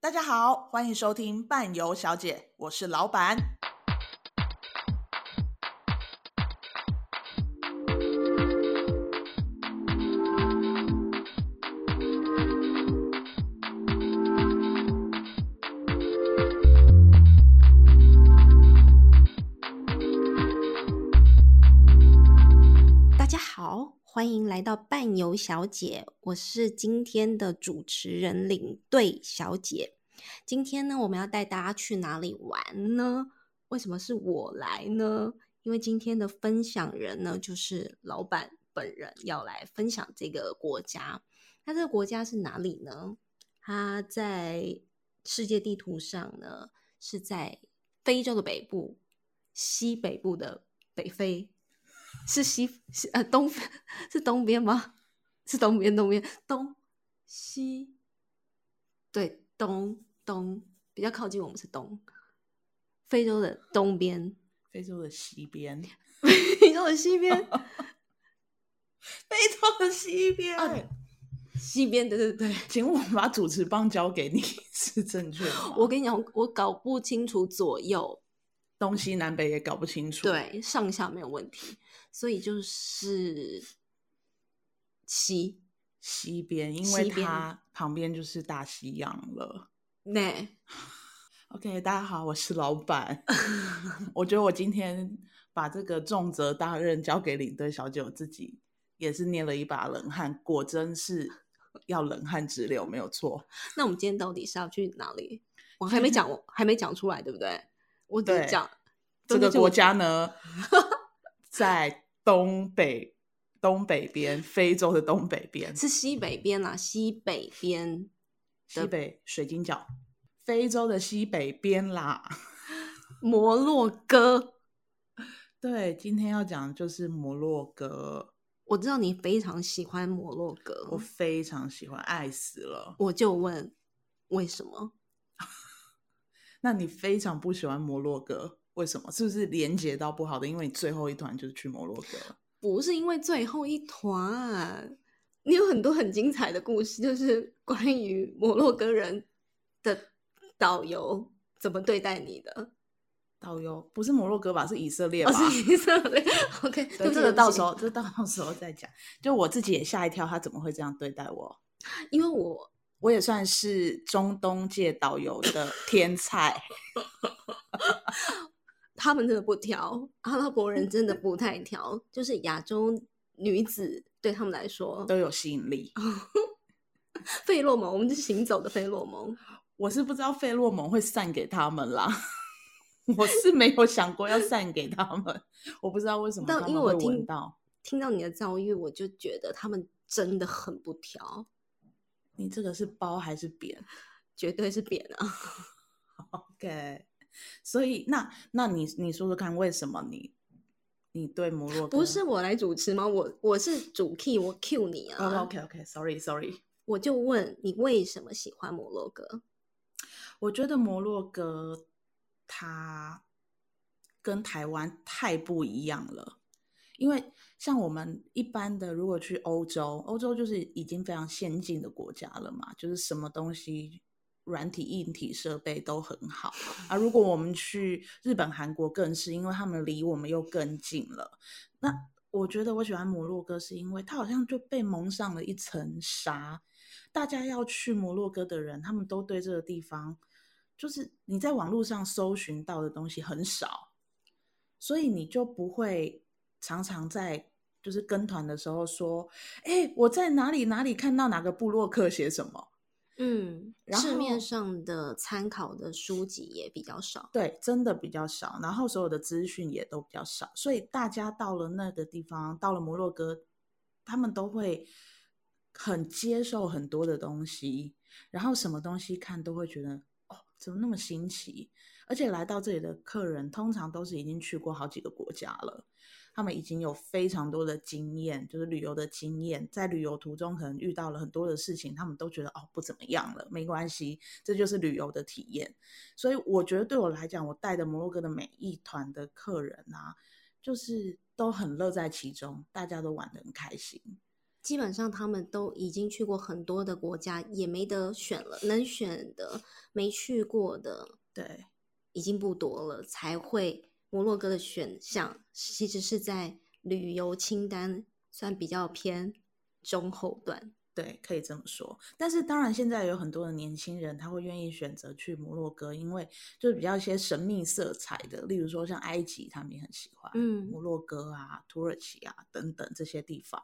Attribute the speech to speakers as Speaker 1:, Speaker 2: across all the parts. Speaker 1: 大家好，欢迎收听伴游小姐，我是老板。
Speaker 2: 大家好，欢迎来到伴游小姐，我是今天的主持人领队小姐。今天呢，我们要带大家去哪里玩呢？为什么是我来呢？因为今天的分享人呢，就是老板本人要来分享这个国家。那这个国家是哪里呢？它在世界地图上呢，是在非洲的北部、西北部的北非，是西是呃东 是东边吗？是东边东边东西，对东东比较靠近我们是东，非洲的东边，
Speaker 1: 非洲的西边，
Speaker 2: 非洲的西边，
Speaker 1: 非洲的西边。
Speaker 2: 啊西边对对对。
Speaker 1: 请问我把主持棒交给你是正确的吗？
Speaker 2: 我跟你讲，我搞不清楚左右，
Speaker 1: 东西南北也搞不清楚。，
Speaker 2: 对，上下没有问题，所以就是西
Speaker 1: 西边，因为
Speaker 2: 西边
Speaker 1: 它旁边就是大西洋了。
Speaker 2: 那
Speaker 1: OK，大家好，我是老板。 我觉得我今天把这个重责大任交给领队小姐，我自己也是捏了一把冷汗，果真是要冷汗直流，没有错。
Speaker 2: 那我们今天到底是要去哪里？我还没讲，我还没讲出来，对不对？我只
Speaker 1: 对
Speaker 2: 是讲
Speaker 1: 这
Speaker 2: 中间
Speaker 1: 个
Speaker 2: 就
Speaker 1: 国家 呢，在东北东北边，非洲的东北边，
Speaker 2: 是西北边啦，西北边
Speaker 1: 西北水晶角，非洲的西北边啦。
Speaker 2: 摩洛哥。
Speaker 1: 对，今天要讲的就是摩洛哥，
Speaker 2: 我知道你非常喜欢摩洛哥，
Speaker 1: 我非常喜欢，爱死了。
Speaker 2: 我就问为什么？
Speaker 1: 那你非常不喜欢摩洛哥，为什么？是不是连接到不好的？因为你最后一团就是去摩洛哥。
Speaker 2: 不是因为最后一团，你有很多很精彩的故事，就是关于摩洛哥人的导游怎么对待你的，
Speaker 1: 导游不是摩洛哥吧？是以色列吧
Speaker 2: 哦，？是以色列。OK，对
Speaker 1: 对，这
Speaker 2: 不起对
Speaker 1: 个
Speaker 2: 不
Speaker 1: 到
Speaker 2: 起
Speaker 1: 时候，这到时候再讲。就我自己也吓一跳，他怎么会这样对待我？
Speaker 2: 因为我
Speaker 1: 我也算是中东界导游的天才，
Speaker 2: 他们真的不挑，阿拉伯人真的不太挑，就是亚洲女子对他们来说，
Speaker 1: 都有吸引力。
Speaker 2: 费洛蒙，我们就是行走的费洛蒙。
Speaker 1: 我是不知道费洛蒙会散给他们啦，我是没有想过要散给他们，我不知道为什么他
Speaker 2: 但因为
Speaker 1: 们
Speaker 2: 我
Speaker 1: 会
Speaker 2: 听
Speaker 1: 闻到。
Speaker 2: 听到你的遭遇，我就觉得他们真的很不挑，
Speaker 1: 你这个是包还是扁？
Speaker 2: 绝对是扁啊。
Speaker 1: OK，所以那那你你说说看，为什么你你对摩洛哥
Speaker 2: 不是我来主持吗？我我是主 key，我 Q 你啊。
Speaker 1: 哦、o k OK，Sorry Sorry，
Speaker 2: 我就问你为什么喜欢摩洛哥？
Speaker 1: 我觉得摩洛哥它跟台湾太不一样了，因为像我们一般的，如果去欧洲，欧洲就是已经非常先进的国家了嘛，就是什么东西。软体、硬体设备都很好啊！如果我们去日本、韩国，更是因为他们离我们又更近了。那我觉得我喜欢摩洛哥，是因为它好像就被蒙上了一层纱。大家要去摩洛哥的人，他们都对这个地方，就是你在网络上搜寻到的东西很少，所以你就不会常常在就是跟团的时候说，哎、我在哪里哪里看到哪个部落客写什么。
Speaker 2: 嗯，
Speaker 1: 然
Speaker 2: 市面
Speaker 1: 后
Speaker 2: 上的参考的书籍也比较少。
Speaker 1: 对，真的比较少，然后所有的资讯也都比较少，所以大家到了那个地方，到了摩洛哥，他们都会很接受很多的东西，然后什么东西看都会觉得哦，怎么那么新奇？而且来到这里的客人通常都是已经去过好几个国家了，他们已经有非常多的经验，就是旅游的经验，在旅游途中可能遇到了很多的事情，他们都觉得哦不怎么样了，没关系，这就是旅游的体验。所以我觉得对我来讲，我带的摩洛哥的每一团的客人啊，就是都很乐在其中，大家都玩得很开心。
Speaker 2: 基本上他们都已经去过很多的国家，也没得选了，能选的没去过的
Speaker 1: 对，
Speaker 2: 已经不多了，才会摩洛哥的选项其实是在旅游清单算比较偏中后段。
Speaker 1: 对，可以这么说。但是当然，现在有很多的年轻人他会愿意选择去摩洛哥，因为就是比较一些神秘色彩的，例如说像埃及，他们也很喜欢，
Speaker 2: 嗯
Speaker 1: 摩洛哥啊、土耳其啊等等这些地方。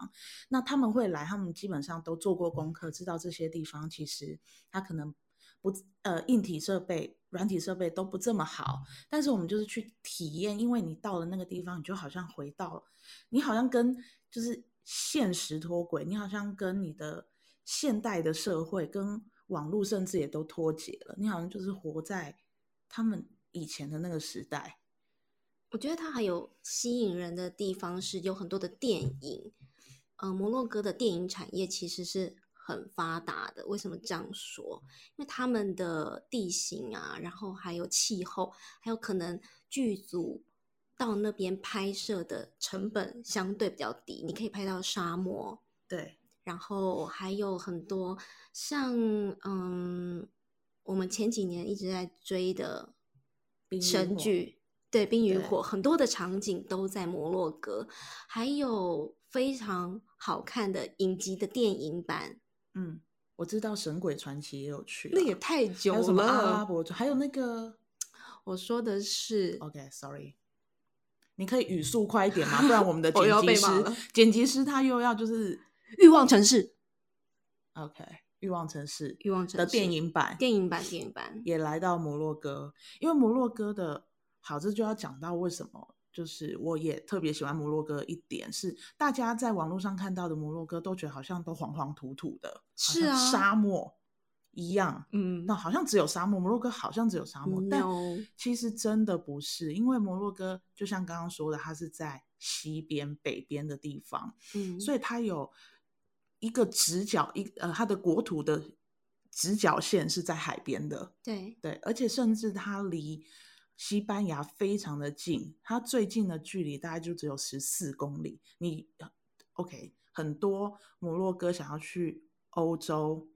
Speaker 1: 那他们会来，他们基本上都做过功课，知道这些地方其实它可能不呃硬体设备、软体设备都不这么好，但是我们就是去体验，因为你到了那个地方，你就好像回到你好像跟就是现实脱轨，你好像跟你的现代的社会、跟网络甚至也都脱节了，你好像就是活在他们以前的那个时代。
Speaker 2: 我觉得它还有吸引人的地方是有很多的电影，呃，摩洛哥的电影产业其实是很发达的。为什么这样说？因为他们的地形啊，然后还有气候，还有可能剧组到那边拍摄的成本相对比较低，你可以拍到沙漠，
Speaker 1: 对，
Speaker 2: 然后还有很多像嗯，我们前几年一直在追的
Speaker 1: 冰与
Speaker 2: 神
Speaker 1: 火
Speaker 2: 剧，对《冰与
Speaker 1: 对
Speaker 2: 火》，很多的场景都在摩洛哥，还有非常好看的影集的电影版，
Speaker 1: 嗯，我知道《神鬼传奇》也有去啦，
Speaker 2: 那也太久
Speaker 1: 还有什么阿拉
Speaker 2: 了。
Speaker 1: 伯族，还有那个
Speaker 2: 啊我说的是
Speaker 1: OK，Sorry，、你可以语 速快一点吗？不然我们的
Speaker 2: 我
Speaker 1: 剪
Speaker 2: 要
Speaker 1: 辑
Speaker 2: 被
Speaker 1: 师
Speaker 2: 骂了，
Speaker 1: 剪辑师他又要就是
Speaker 2: 欲望城市》，《
Speaker 1: OK，《欲望城市》
Speaker 2: 欲望城市》
Speaker 1: 的电影版
Speaker 2: 电影版电影版，
Speaker 1: 也来到摩洛哥，因为摩洛哥的好，这就要讲到为什么。就是我也特别喜欢摩洛哥一点是，大家在网络上看到的摩洛哥都觉得好像都黄黄土土的，好
Speaker 2: 是
Speaker 1: 像
Speaker 2: 啊
Speaker 1: 沙漠一样。
Speaker 2: 嗯
Speaker 1: 那好像只有沙漠，摩洛哥好像只有沙漠但
Speaker 2: No
Speaker 1: 其实真的不是，因为摩洛哥就像刚刚说的，它是在西边、北边的地方，
Speaker 2: 嗯，
Speaker 1: 所以它有一个直角一呃，它的国土的直角线是在海边的，
Speaker 2: 对，
Speaker 1: 对，而且甚至它离西班牙非常的近，它最近的距离大概就只有十四公里。你 OK，很多摩洛哥想要去欧洲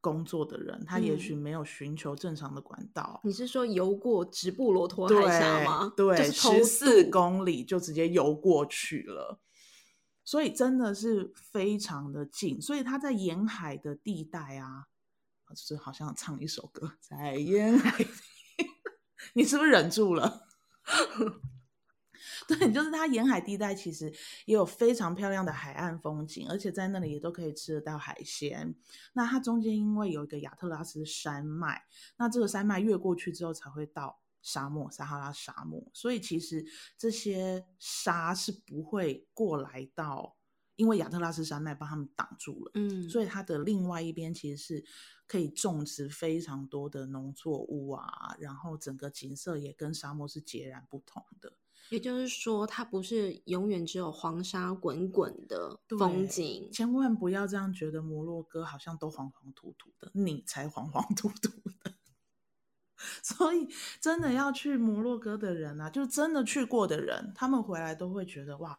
Speaker 1: 工作的人，他也许
Speaker 2: 嗯
Speaker 1: 没有寻求正常的管道。
Speaker 2: 你是说游过直布罗陀海峡吗
Speaker 1: 对？对，
Speaker 2: 就是偷
Speaker 1: 十四
Speaker 2: 渡
Speaker 1: 公里就直接游过去了，所以真的是非常的近。所以它在沿海的地带啊，就是好像唱一首歌，在沿海地 带，你是不是忍住了？ 对，就是它沿海地带其实也有非常漂亮的海岸风景，而且在那里也都可以吃得到海鲜。那它中间因为有一个亚特拉斯山脉，那这个山脉越过去之后才会到沙漠撒哈拉沙漠，所以其实这些沙是不会过来到，因为亚特拉斯山脉帮他们挡住了。
Speaker 2: 嗯，
Speaker 1: 所以它的另外一边其实是可以种植非常多的农作物啊，然后整个景色也跟沙漠是截然不同的。
Speaker 2: 也就是说，它不是永远只有黄沙滚滚的风
Speaker 1: 对
Speaker 2: 景，
Speaker 1: 千万不要这样觉得，摩洛哥好像都黄黄土土的，你才黄黄土土的。 所以，真的要去摩洛哥的人啊，就真的去过的人，他们回来都会觉得哇，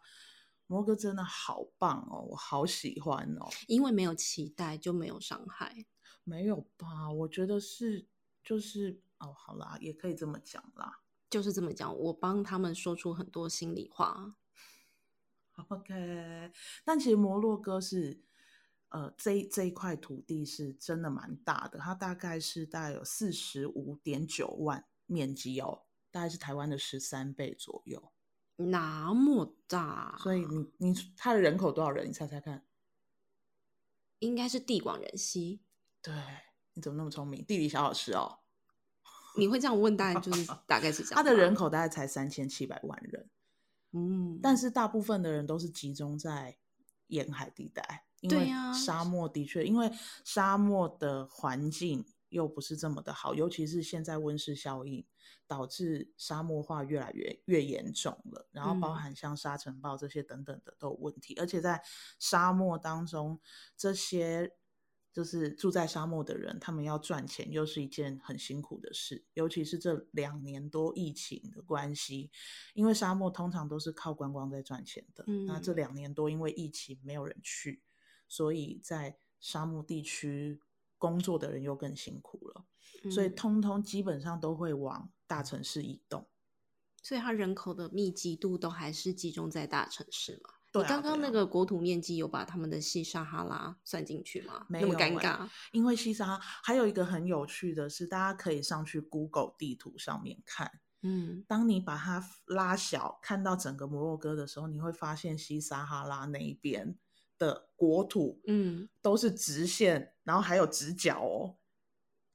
Speaker 1: 摩洛哥真的好棒哦，我好喜欢哦。
Speaker 2: 因为没有期待就没有伤害。
Speaker 1: 没有吧？我觉得是，就是哦，好啦，也可以这么讲啦。
Speaker 2: 就是这么讲，我帮他们说出很多心里话。
Speaker 1: OK，但其实摩洛哥是，呃，这一这一块土地是真的蛮大的，它大概是大概有四十五点九万面积哦，大概是台湾的十三倍左右。
Speaker 2: 那么大，
Speaker 1: 所以你你它的人口多少人？你猜猜看？
Speaker 2: 应该是地广人稀。
Speaker 1: 对，你怎么那么聪明？地理小老师哦。
Speaker 2: 你会这样问，大概就是 大概是这样吧。
Speaker 1: 它的人口大概才三千七百万人，
Speaker 2: 嗯，
Speaker 1: 但是大部分的人都是集中在沿海地带，因
Speaker 2: 对
Speaker 1: 为
Speaker 2: 呀
Speaker 1: 沙漠的确，因为沙漠的环境又不是这么的好，尤其是现在温室效应导致沙漠化越来越越严重了，然后包
Speaker 2: 嗯
Speaker 1: 含像沙尘暴这些等等的都有问题，而且在沙漠当中，这些就是住在沙漠的人，他们要赚钱又是一件很辛苦的事，尤其是这两年多疫情的关系，因为沙漠通常都是靠观光在赚钱的，那这
Speaker 2: 嗯
Speaker 1: 两年多因为疫情没有人去，所以在沙漠地区工作的人又更辛苦了，所以
Speaker 2: 嗯
Speaker 1: 通通基本上都会往大城市移动。
Speaker 2: 所以它人口的密集度都还是集中在大城市嘛？
Speaker 1: 对
Speaker 2: 你
Speaker 1: 啊
Speaker 2: 刚刚
Speaker 1: 对
Speaker 2: 那
Speaker 1: 啊
Speaker 2: 个国土面积有把他们的西撒哈拉算进去吗？
Speaker 1: 没
Speaker 2: 那么
Speaker 1: 有
Speaker 2: 尴
Speaker 1: 欸
Speaker 2: 尬，
Speaker 1: 因为西沙还有一个很有趣的是，大家可以上去 Google 地图上面看，
Speaker 2: 嗯，
Speaker 1: 当你把它拉小，看到整个摩洛哥的时候，你会发现西撒哈拉那一边的国土，
Speaker 2: 嗯，
Speaker 1: 都是直线，然后还有直角哦，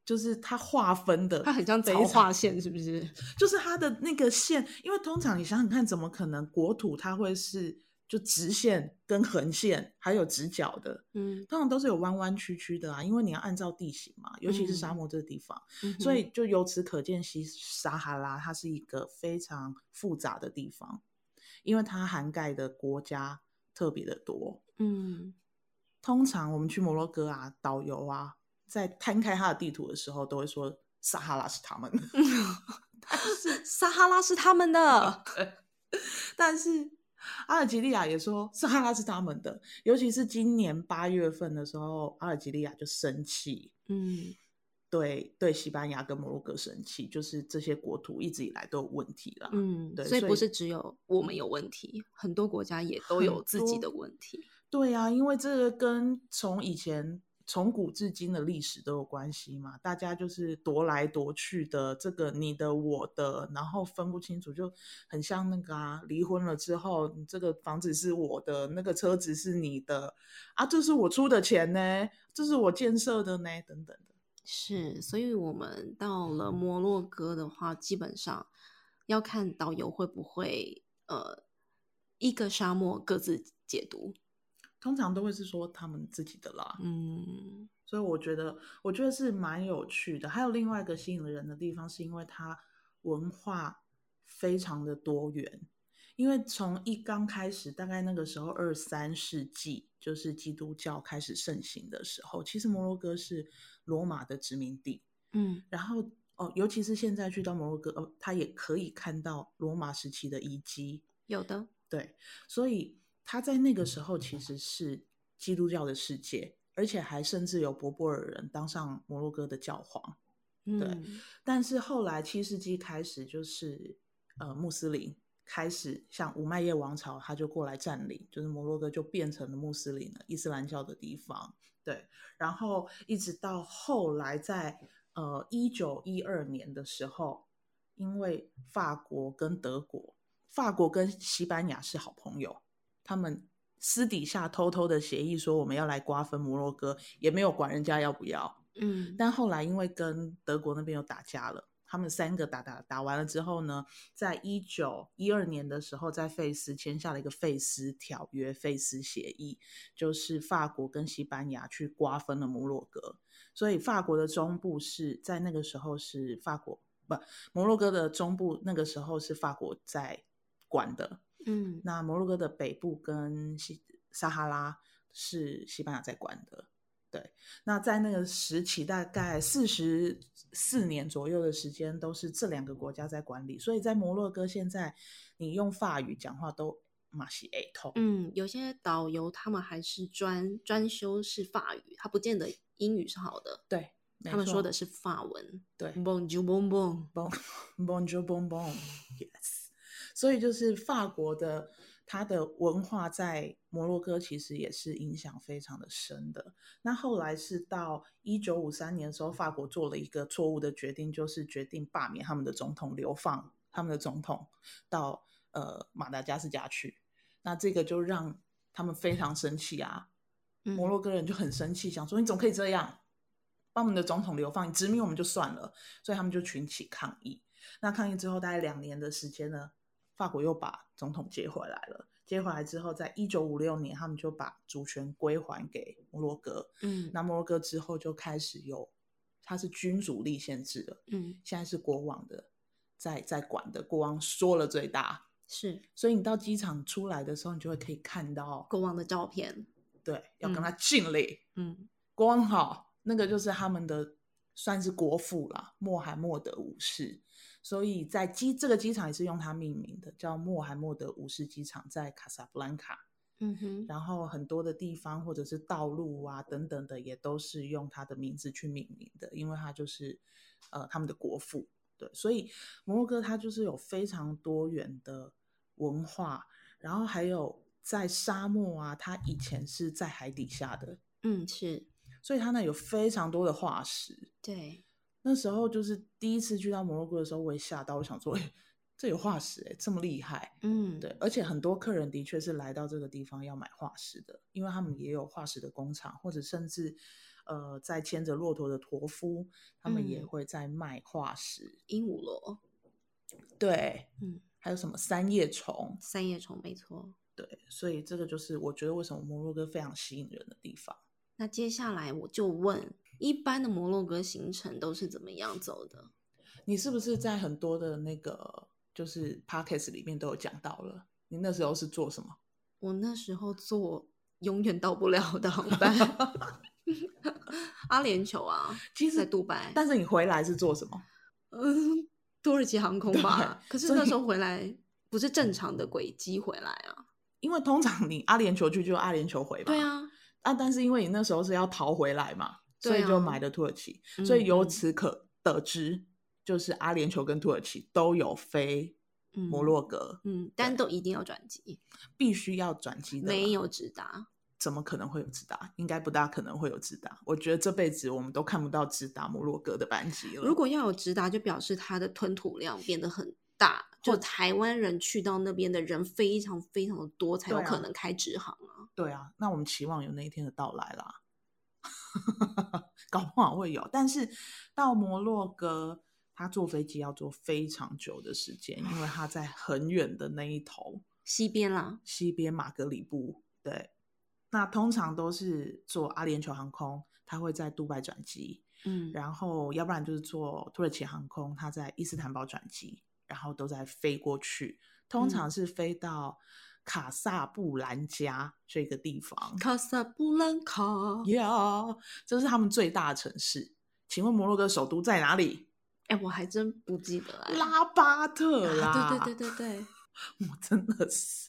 Speaker 1: 就是它划分的，
Speaker 2: 它很像
Speaker 1: 非
Speaker 2: 草
Speaker 1: 常
Speaker 2: 画线，是不是？
Speaker 1: 就是它的那个线，因为通常你想想看，怎么可能国土它会是就直线跟横线，还有直角的？
Speaker 2: 嗯，
Speaker 1: 通常都是有弯弯曲曲的啊，因为你要按照地形嘛，尤其是沙
Speaker 2: 嗯
Speaker 1: 漠这个地方，
Speaker 2: 嗯
Speaker 1: 所
Speaker 2: 哼
Speaker 1: 以就由此可见，西撒哈拉它是一个非常复杂的地方，因为它涵盖的国家特别的多。
Speaker 2: 嗯，
Speaker 1: 通常我们去摩洛哥啊，导游啊，在摊开他的地图的时候，都会说撒哈拉是他们的。
Speaker 2: 撒哈拉是他们的，
Speaker 1: 但是阿尔及利亚也说撒哈拉是他们的，尤其是今年八月份的时候，阿尔及利亚就生气，
Speaker 2: 嗯
Speaker 1: 对对，西班牙跟摩洛哥生气，就是这些国土一直以来都有问题啦。
Speaker 2: 嗯，
Speaker 1: 对
Speaker 2: 所以
Speaker 1: 所
Speaker 2: 不
Speaker 1: 以
Speaker 2: 是只有我们有问题，很多国家也都
Speaker 1: 很
Speaker 2: 有自己
Speaker 1: 多
Speaker 2: 的问题。
Speaker 1: 对呀、因为这个跟从以前从古至今的历史都有关系嘛，大家就是夺来夺去的，这个你的我的，然后分不清楚，就很像那个啊，离婚了之后，你这个房子是我的，那个车子是你的，啊，这是我出的钱呢，这是我建设的呢，等等的。
Speaker 2: 是，所以我们到了摩洛哥的话，基本上要看导游会不会呃，一个沙漠各自解读。
Speaker 1: 通常都会是说他们自己的啦，
Speaker 2: 嗯
Speaker 1: 所以我觉得，我觉得是蛮有趣的。还有另外一个吸引人的地方，是因为它文化非常的多元。因为从一刚开始，大概那个时候二三世纪，就是基督教开始盛行的时候，其实摩洛哥是罗马的殖民地。
Speaker 2: 嗯
Speaker 1: 然后哦，尤其是现在去到摩洛哥，哦，它也可以看到罗马时期的遗迹。
Speaker 2: 有的，
Speaker 1: 对，所以他在那个时候其实是基督教的世界，而且还甚至有博波尔人当上摩洛哥的教皇。
Speaker 2: 嗯，
Speaker 1: 但是后来七世纪开始，就是呃穆斯林开始，像五麦叶王朝，他就过来占领，就是摩洛哥就变成了穆斯林了伊斯兰教的地方。对，然后一直到后来在呃一九一二年的时候，因为法国跟德国，法国跟西班牙是好朋友，他们。私底下偷偷的协议说我们要来瓜分摩洛哥，也没有管人家要不要。
Speaker 2: 嗯，
Speaker 1: 但后来因为跟德国那边有打架了，他们三个打打打完了之后呢，在一九一二年的时候，在费斯签下了一个费斯条约、费斯协议，就是法国跟西班牙去瓜分了摩洛哥，所以法国的中部是在那个时候是法国不摩洛哥的中部，那个时候是法国在管的，
Speaker 2: 嗯
Speaker 1: 那摩洛哥的北部跟西撒哈拉是西班牙在管的。对，那在那个时期，大概四十四年左右的时间，都是这两个国家在管理。所以在摩洛哥，现在你用法语讲话都马西 A 痛。
Speaker 2: 嗯，有些导游他们还是专专修是法语，他不见得英语是好的，
Speaker 1: 对，没
Speaker 2: 他们说
Speaker 1: 错
Speaker 2: 的是法文。
Speaker 1: 对
Speaker 2: Bonjour, bon bon。
Speaker 1: bon bonjour bon bon yes，所以就是法国的它的文化在摩洛哥其实也是影响非常的深的。那后来是到一九五三年的时候，法国做了一个错误的决定，就是决定罢免他们的总统，流放他们的总统到呃马达加斯加去。那这个就让他们非常生气啊，
Speaker 2: 嗯
Speaker 1: 摩洛哥人就很生气，想说你怎么可以这样，把我们的总统流放，你殖民我们就算了，所以他们就群起抗议。那抗议之后大概两年的时间呢，法国又把总统接回来了。接回来之后，在一九五六年，他们就把主权归还给摩洛哥。
Speaker 2: 嗯
Speaker 1: 那摩洛哥之后就开始有，它是君主立宪制的，
Speaker 2: 嗯，
Speaker 1: 现在是国王的在在管的，国王说了最大。
Speaker 2: 是
Speaker 1: 所以你到机场出来的时候，你就会可以看到，
Speaker 2: 国王的照片。
Speaker 1: 对，要跟
Speaker 2: 嗯
Speaker 1: 他敬礼。
Speaker 2: 嗯
Speaker 1: 国王好，那个就是他们的算是国父啦，穆罕默德五世。所以在机这个机场也是用它命名的，叫穆罕默德五世机场，在卡萨布兰卡。
Speaker 2: 嗯哼，
Speaker 1: 然后很多的地方或者是道路啊等等的，也都是用他的名字去命名的，因为他就是呃他们的国父。对，所以摩洛哥它就是有非常多元的文化，然后还有在沙漠啊，它以前是在海底下的，
Speaker 2: 嗯是，
Speaker 1: 所以它那有非常多的化石。
Speaker 2: 对，
Speaker 1: 那时候就是第一次去到摩洛哥的时候，我也吓到，我想说， 哎、这有化石、哎，这么厉害。
Speaker 2: 嗯
Speaker 1: 对，而且很多客人的确是来到这个地方要买化石的，因为他们也有化石的工厂，或者甚至，呃，在牵着骆驼的驼夫，他们也
Speaker 2: 嗯
Speaker 1: 会在卖化石。
Speaker 2: 鹦鹉螺，
Speaker 1: 对，
Speaker 2: 嗯，
Speaker 1: 还有什么三叶虫？
Speaker 2: 三叶虫没错。
Speaker 1: 对，所以这个就是我觉得为什么摩洛哥非常吸引人的地方。
Speaker 2: 那接下来我就问，一般的摩洛哥行程都是怎么样走的？
Speaker 1: 你是不是在很多的那个就是 podcast 里面都有讲到了？你那时候是做什么？
Speaker 2: 我那时候坐永远到不了 的航班， 阿联酋啊，
Speaker 1: 其
Speaker 2: 在
Speaker 1: 实，
Speaker 2: 杜拜，
Speaker 1: 但是你回来是做什么？
Speaker 2: 嗯，土耳其航空吧。可是
Speaker 1: 所
Speaker 2: 那
Speaker 1: 以
Speaker 2: 时候回来不是正常的轨迹回来啊。
Speaker 1: 因为通常你阿联酋去就阿联酋回嘛，
Speaker 2: 对，啊，
Speaker 1: 啊，但是因为你那时候是要逃回来嘛，所以
Speaker 2: 对啊
Speaker 1: 就买的土耳其，所以由
Speaker 2: 嗯嗯
Speaker 1: 此可得知，就是阿联酋跟土耳其都有飞摩
Speaker 2: 嗯
Speaker 1: 洛哥，
Speaker 2: 嗯，但都一定要转机，
Speaker 1: 必须要转机的嘛，
Speaker 2: 没有直达。
Speaker 1: 怎么可能会有直达？应该不大可能会有直达。我觉得这辈子我们都看不到直达摩洛哥的班机了。
Speaker 2: 如果要有直达，就表示它的吞吐量变得很大，就
Speaker 1: 或
Speaker 2: 台湾人去到那边的人非常非常的多，才有
Speaker 1: 对啊
Speaker 2: 可能开直航啊。
Speaker 1: 对啊，那我们期望有那一天的到来啦。 搞不好会有，但是到摩洛哥，他坐飞机要坐非常久的时间，因为他在很远的那一头
Speaker 2: 西边啦，
Speaker 1: 西边马格里布。对，那通常都是坐阿联酋航空，他会在杜拜转机，
Speaker 2: 嗯，
Speaker 1: 然后要不然就是坐土耳其航空，它在伊斯坦堡转机，然后都在飞过去，通常
Speaker 2: 嗯
Speaker 1: 是飞到卡萨布兰加这个地方。
Speaker 2: 卡萨布兰卡，
Speaker 1: Yeah，这是他们最大的城市。请问摩洛哥首都在哪里？
Speaker 2: 哎、我还真不记得哎、
Speaker 1: 拉巴特啦！
Speaker 2: 啊，对对对对对，
Speaker 1: 对， 我真的是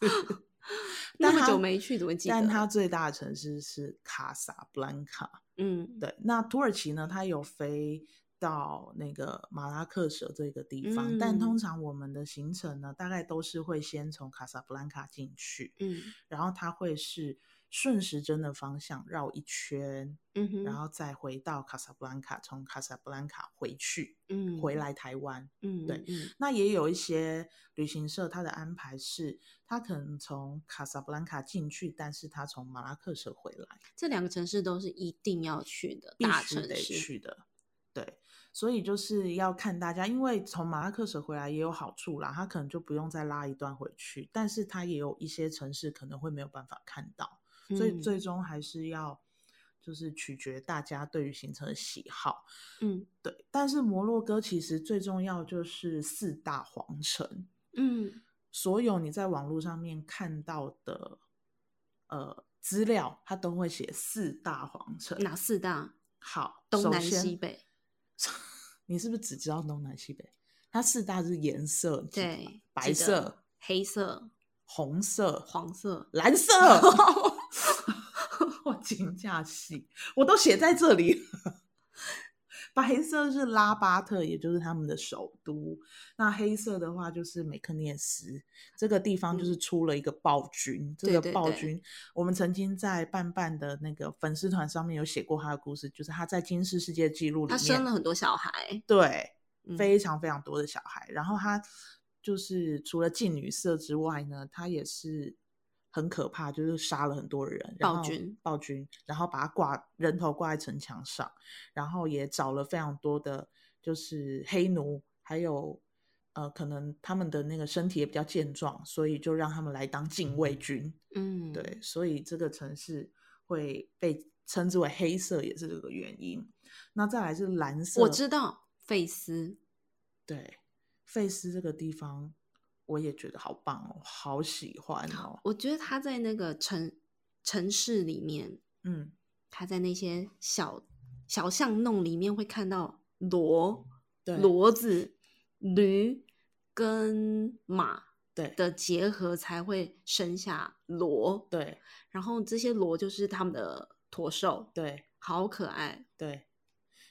Speaker 2: 那
Speaker 1: 但
Speaker 2: 么
Speaker 1: 它
Speaker 2: 久没去怎么记得？
Speaker 1: 但它最大的城市是卡萨布兰卡。
Speaker 2: 嗯，
Speaker 1: 对，那土耳其呢，它有飞到那个马拉克舍这个地方，但
Speaker 2: 嗯
Speaker 1: 通常我们的行程呢，大概都是会先从卡萨布兰卡进去，
Speaker 2: 嗯
Speaker 1: 然后它会是顺时针的方向绕一圈，
Speaker 2: 嗯哼，
Speaker 1: 然后再回到卡萨布兰卡，从卡萨布兰卡回去，
Speaker 2: 嗯
Speaker 1: 回，来台湾。
Speaker 2: 嗯
Speaker 1: 对
Speaker 2: 嗯嗯
Speaker 1: 那也有一些旅行社，它的安排是，它可能从卡萨布兰卡进去，但是它从马拉克舍回来。
Speaker 2: 这两个城市都是一定要去的
Speaker 1: 必
Speaker 2: 大
Speaker 1: 须
Speaker 2: 城
Speaker 1: 得
Speaker 2: 市，
Speaker 1: 去的。对，所以就是要看大家，因为从马拉克舍回来也有好处啦，他可能就不用再拉一段回去，但是他也有一些城市可能会没有办法看到，所以
Speaker 2: 嗯
Speaker 1: 最终还是要就是取决大家对于行程的喜好。
Speaker 2: 嗯
Speaker 1: 对，但是摩洛哥其实最重要就是四大皇城，
Speaker 2: 嗯
Speaker 1: 所有你在网络上面看到的呃资料，它都会写四大皇城。
Speaker 2: 哪四大？
Speaker 1: 好，
Speaker 2: 东
Speaker 1: 首
Speaker 2: 南
Speaker 1: 先
Speaker 2: 西北，
Speaker 1: 你是不是只知道东南西北？它四大是颜色，你记得吗
Speaker 2: 对，
Speaker 1: 白
Speaker 2: 记得
Speaker 1: 色、
Speaker 2: 黑色、
Speaker 1: 红色、
Speaker 2: 黄色，
Speaker 1: 蓝色。 我惊讶系，我都写在这里了。白色是拉巴特，也就是他们的首都。那黑色的话就是美克涅斯，这个地方就是出了一个暴君。这
Speaker 2: 嗯对
Speaker 1: 个
Speaker 2: 对
Speaker 1: 暴
Speaker 2: 对
Speaker 1: 君，我们曾经在伴伴的那个粉丝团上面有写过他的故事，就是他在金氏世界纪录里
Speaker 2: 他
Speaker 1: 面
Speaker 2: 生了很多小孩，
Speaker 1: 对，
Speaker 2: 嗯
Speaker 1: 非常非常多的小孩。然后他就是除了进女色之外呢，他也是很可怕，就是杀了很多人，然
Speaker 2: 暴
Speaker 1: 后
Speaker 2: 君，
Speaker 1: 暴君，然后把他挂人头挂在城墙上，然后也找了非常多的就是黑奴，还有。呃，可能他们的那个身体也比较健壮，所以就让他们来当禁卫军。
Speaker 2: 嗯，
Speaker 1: 对，所以这个城市会被称之为黑色，也是这个原因。那再来是蓝色，
Speaker 2: 我知道费斯，
Speaker 1: 对，费斯这个地方我也觉得好棒哦，好喜欢哦。
Speaker 2: 我觉得他在那个城城市里面，
Speaker 1: 嗯，
Speaker 2: 他在那些小小巷弄里面会看到骡、
Speaker 1: 对，
Speaker 2: 骡子、驴跟马，
Speaker 1: 对
Speaker 2: 的结合才会生下螺，
Speaker 1: 对
Speaker 2: 然后这些螺就是它们的驼兽，
Speaker 1: 对
Speaker 2: 好可爱。
Speaker 1: 对，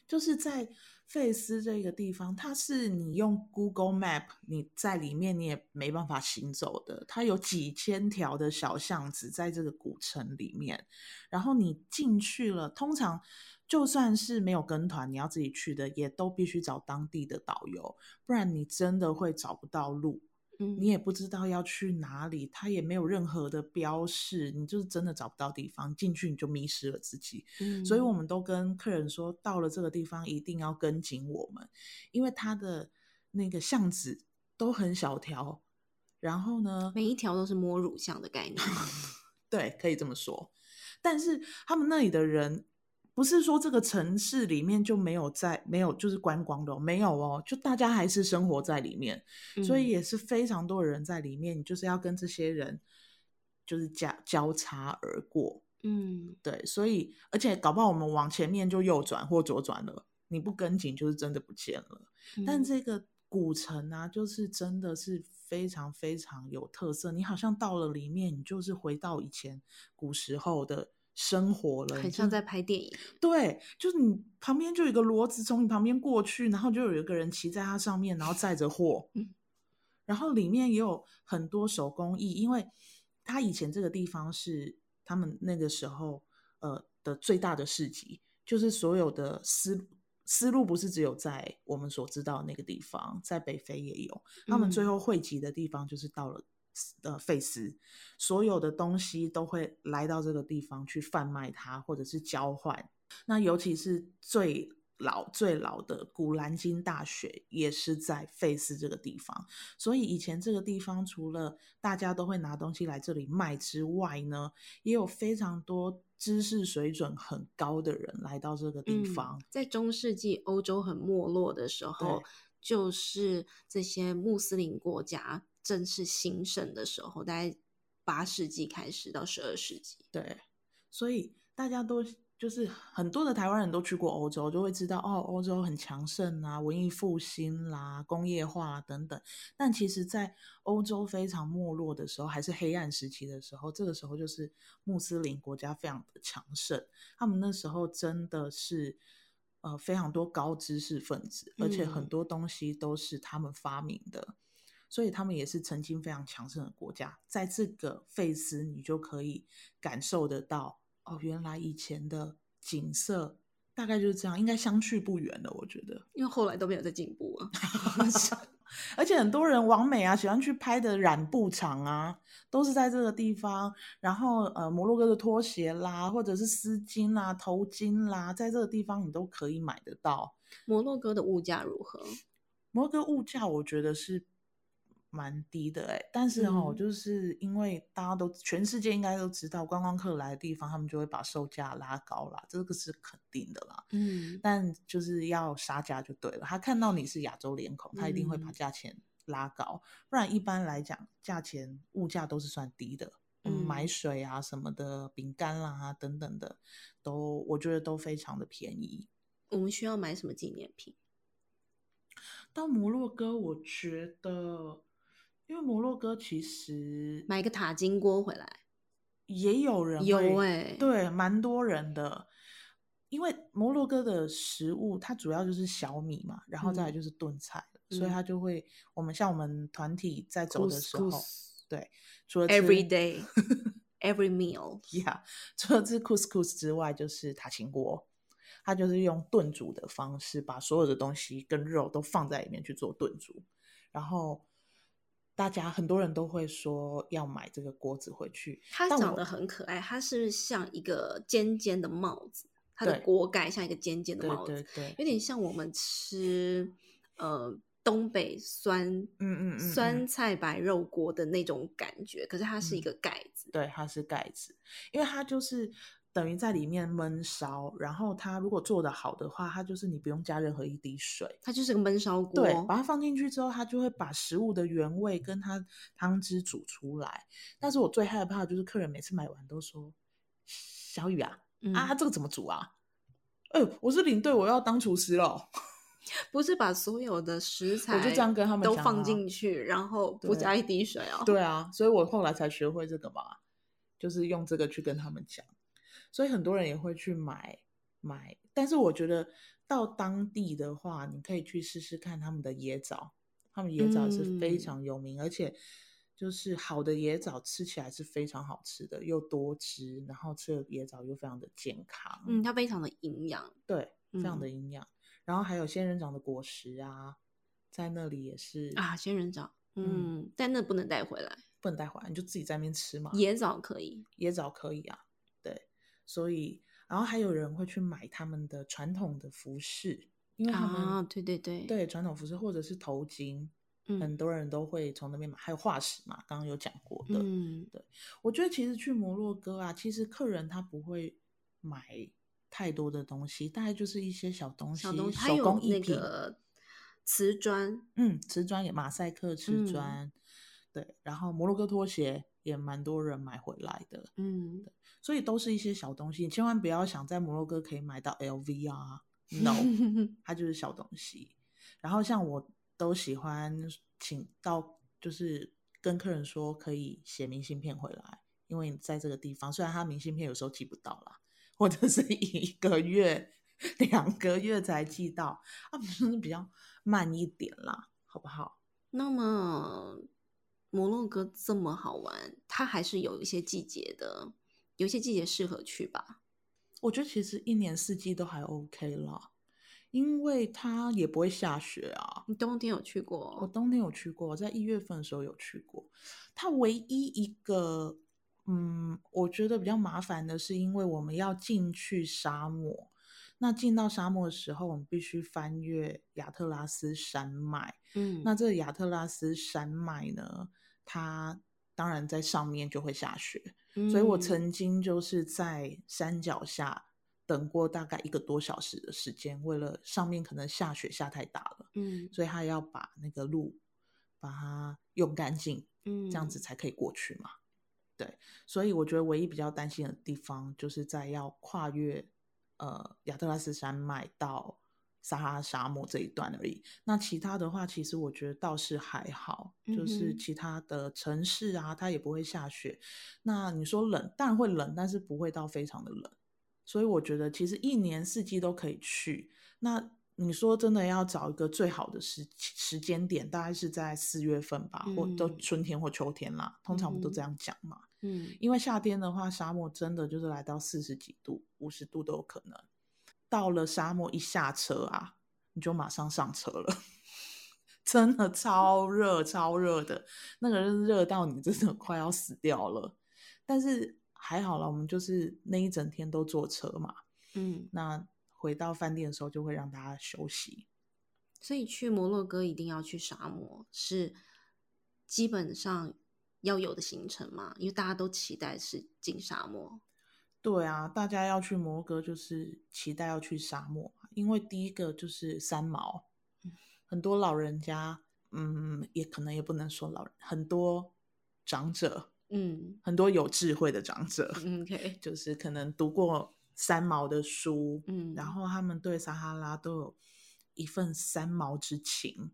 Speaker 1: 就是在费斯这个地方，它是你用 Google Map 你在里面你也没办法行走的，它有几千条的小巷子在这个古城里面，然后你进去了，通常就算是没有跟团，你要自己去的，也都必须找当地的导游，不然你真的会找不到路。
Speaker 2: 嗯，
Speaker 1: 你也不知道要去哪里，它也没有任何的标示，你就是真的找不到地方，进去你就迷失了自己。所以我
Speaker 2: 嗯
Speaker 1: 们都跟客人说，到了这个地方一定要跟紧我们，因为它的那个巷子都很小条，然后呢，
Speaker 2: 每一条都是摸乳像的概念。
Speaker 1: 对，可以这么说。但是他们那里的人，不是说这个城市里面就没有在没有就是观光的、哦，没有哦，就大家还是生活在里面。 所以
Speaker 2: 嗯
Speaker 1: 也是非常多人在里面，你就是要跟这些人就是交交叉而过，
Speaker 2: 嗯，
Speaker 1: 对，所以而且搞不好我们往前面就右转或左转了，你不跟紧就是真的不见了。但
Speaker 2: 嗯
Speaker 1: 这个古城啊，就是真的是非常非常有特色，你好像到了里面，你就是回到以前古时候的生活了，
Speaker 2: 很
Speaker 1: 你
Speaker 2: 像
Speaker 1: 就
Speaker 2: 在拍电影。
Speaker 1: 对，就是你旁边就有一个骡子从你旁边过去，然后就有一个人骑在它上面，然后载着货。
Speaker 2: 嗯
Speaker 1: 然后里面也有很多手工艺，因为它以前这个地方是他们那个时候呃的最大的市集，就是所有的丝丝路不是只有在我们所知道的那个地方，在北非也有。他们最
Speaker 2: 嗯
Speaker 1: 后汇集的地方就是到了斯呃费斯，所有的东西都会来到这个地方去贩卖它，或者是交换。那尤其是最老最老的古兰经大学也是在费斯这个地方，所以以前这个地方除了大家都会拿东西来这里卖之外呢，也有非常多知识水准很高的人来到这个地
Speaker 2: 嗯
Speaker 1: 方。
Speaker 2: 在中世纪欧洲很没落的时候
Speaker 1: 对，
Speaker 2: 就是这些穆斯林国家正式兴盛的时候，大概八世纪开始到十二世纪。
Speaker 1: 对，所以大家都就是很多的台湾人都去过欧洲，就会知道哦，欧洲很强盛啊，文艺复兴啦、工业化、啊、等等。但其实，在欧洲非常没落的时候，还是黑暗时期的时候，这个时候就是穆斯林国家非常的强盛，他们那时候真的是。呃，非常多高知识分子，而且很
Speaker 2: 嗯
Speaker 1: 多东西都是他们发明的。所以他们也是曾经非常强盛的国家。在这个费斯，你就可以感受得到哦，原来以前的景色大概就是这样，应该相去不远了，我觉得。
Speaker 2: 因为后来都没有再进步了。
Speaker 1: 而且很多人往美啊，喜欢去拍的染布厂啊，都是在这个地方。然后呃，摩洛哥的拖鞋啦，或者是丝巾啦、头巾啦，在这个地方你都可以买得到。
Speaker 2: 摩洛哥的物价如何？
Speaker 1: 摩洛哥物价我觉得是蛮低的哎、但是哦，
Speaker 2: 嗯
Speaker 1: 就是因为大家都全世界应该都知道，观光客来的地方，他们就会把售价拉高啦，这个是肯定的啦。
Speaker 2: 嗯，
Speaker 1: 但就是要杀价就对了，他看到你是亚洲脸孔，他一定会把
Speaker 2: 嗯
Speaker 1: 价钱拉高，不然一般来讲，价钱物价都是算低的。我们买
Speaker 2: 嗯
Speaker 1: 水啊什么的，饼干啦啊等等的，都我觉得都非常的便宜。
Speaker 2: 我们需要买什么纪念品？
Speaker 1: 到摩洛哥，我觉得，因为摩洛哥其实
Speaker 2: 买一个塔金锅回来？
Speaker 1: 也有人
Speaker 2: 有
Speaker 1: 会，
Speaker 2: 哎、
Speaker 1: 对，蛮多人的。因为摩洛哥的食物，它主要就是小米嘛，然后再来
Speaker 2: 嗯
Speaker 1: 就是炖菜，所以
Speaker 2: 嗯
Speaker 1: 它就会，我们像我们团体在走的时候，
Speaker 2: couscous
Speaker 1: 对，除了吃
Speaker 2: every day every meal。
Speaker 1: 呀，除了吃 couscous 之外，就是塔琴锅，它就是用炖煮的方式，把所有的东西跟肉都放在里面去做炖煮。然后大家很多人都会说要买这个锅子回去，
Speaker 2: 它
Speaker 1: 但
Speaker 2: 长
Speaker 1: 我
Speaker 2: 得很可爱，它是像一个尖尖的帽子，它的
Speaker 1: 对
Speaker 2: 锅盖像一个尖尖的
Speaker 1: 对
Speaker 2: 帽子，
Speaker 1: 对对，
Speaker 2: 有点像我们吃呃东北酸
Speaker 1: 嗯嗯嗯，
Speaker 2: 酸
Speaker 1: 嗯
Speaker 2: 菜白肉锅的那种感觉，可是它是一
Speaker 1: 嗯
Speaker 2: 个盖子。
Speaker 1: 对，它是盖子，因为它就是等于在里面焖烧，然后它如果做得好的话，它就是你不用加任何一滴水。
Speaker 2: 它就是个焖烧锅，
Speaker 1: 对，啊把它放进去之后，它就会把食物的原味跟它汤汁煮出来。但是我最害怕的就是客人每次买完都说：“小雨啊，
Speaker 2: 嗯
Speaker 1: 啊，这个怎么煮啊？”哎、呦，我是领队，我要当厨师喽。
Speaker 2: 不是把所有的食材
Speaker 1: 我就这样跟他们
Speaker 2: 都
Speaker 1: 讲
Speaker 2: 放
Speaker 1: 啊
Speaker 2: 进去，然后不
Speaker 1: 对
Speaker 2: 加一滴水哦。
Speaker 1: 对啊，所以我后来才学会这个嘛，就是用这个去跟他们讲。所以很多人也会去买买，但是我觉得到当地的话，你可以去试试看他们的椰枣，他们椰枣也是非
Speaker 2: 嗯
Speaker 1: 常有名，而且就是好的椰枣吃起来是非常好吃的，又多汁，然后吃了椰枣又非常的健康，
Speaker 2: 嗯，它非常的营养。
Speaker 1: 对，非常
Speaker 2: 嗯
Speaker 1: 的营养。然后还有仙人掌的果实啊，在那里也是
Speaker 2: 啊，仙人掌，
Speaker 1: 嗯
Speaker 2: 嗯，但那不能带回来，
Speaker 1: 不能带回来，你就自己在那边吃嘛。
Speaker 2: 野枣可以，
Speaker 1: 椰枣可以啊，对，所以然后还有人会去买他们的传统的服饰，因为他们、
Speaker 2: 啊，对对对，
Speaker 1: 对传统服饰或者是头巾，很
Speaker 2: 嗯
Speaker 1: 多人都会从那边买，还有化石嘛，刚刚有讲过的。
Speaker 2: 嗯
Speaker 1: 我觉得其实去摩洛哥啊，其实客人他不会买太多的东西，大概就是一些小东西，
Speaker 2: 小东西，它
Speaker 1: 手
Speaker 2: 有
Speaker 1: 工
Speaker 2: 那
Speaker 1: 艺品，
Speaker 2: 个瓷砖，
Speaker 1: 嗯，瓷砖也马赛克瓷
Speaker 2: 嗯
Speaker 1: 砖，对，然后摩洛哥拖鞋也蛮多人买回来的，
Speaker 2: 嗯，
Speaker 1: 所以都是一些小东西，你千万不要想在摩洛哥可以买到 LV 啊，no，它就是小东西。然后像我都喜欢请到，就是跟客人说可以写明信片回来，因为你在这个地方，虽然他明信片有时候寄不到啦，或者是一个月、两个月才寄到，啊， 就是比较慢一点啦，好不好？
Speaker 2: 那么摩洛哥这么好玩，它还是有一些季节的，有一些季节适合去吧。
Speaker 1: 我觉得其实一年四季都还 OK 啦，因为它也不会下雪啊。
Speaker 2: 你冬天有去过
Speaker 1: 我
Speaker 2: 哦？
Speaker 1: 冬天有去过，我在一月份的时候有去过。它唯一一个，嗯，我觉得比较麻烦的是，因为我们要进去沙漠。那进到沙漠的时候，我们必须翻越亚特拉斯山脉。
Speaker 2: 嗯，
Speaker 1: 那这个亚特拉斯山脉呢，它当然在上面就会下雪，所以我
Speaker 2: 嗯
Speaker 1: 曾经就是在山脚下等过大概一个多小时的时间，为了上面可能下雪下太大了。
Speaker 2: 嗯
Speaker 1: 所以他要把那个路把它用干净，
Speaker 2: 嗯
Speaker 1: 这样子才可以过去嘛。对，所以我觉得唯一比较担心的地方，就是在要跨越呃亚特拉斯山脉到撒哈拉沙漠这一段而已。那其他的话，其实我觉得倒是还好，就是
Speaker 2: 嗯哼
Speaker 1: 其他的城市啊，它也不会下雪。那你说冷，当然会冷，但是不会到非常的冷。所以我觉得其实一年四季都可以去。那你说真的要找一个最好的时时间点，大概是在四月份吧，或都
Speaker 2: 嗯
Speaker 1: 春天或秋天啦。通常我们都
Speaker 2: 嗯哼
Speaker 1: 这样讲嘛，
Speaker 2: 嗯
Speaker 1: 因为夏天的话，沙漠真的就是来到四十几度、五十度都有可能。到了沙漠一下车啊，你就马上上车了。 真的超热，超热的，那个是热到你真的快要死掉了。但是还好啦，我们就是那一整天都坐车嘛，
Speaker 2: 嗯，
Speaker 1: 那回到饭店的时候就会让大家休息。
Speaker 2: 所以去摩洛哥一定要去沙漠，是基本上要有的行程嘛，因为大家都期待是进沙漠。
Speaker 1: 对啊，大家要去摩洛哥就是期待要去沙漠嘛，因为第一个就是三毛，很多老人家，嗯，也可能也不能说老人，很多长者，
Speaker 2: 嗯
Speaker 1: 很多有智慧的长者，
Speaker 2: 嗯，OK，
Speaker 1: 就是可能读过三毛的书，
Speaker 2: 嗯，
Speaker 1: 然后他们对撒哈拉都有一份三毛之情，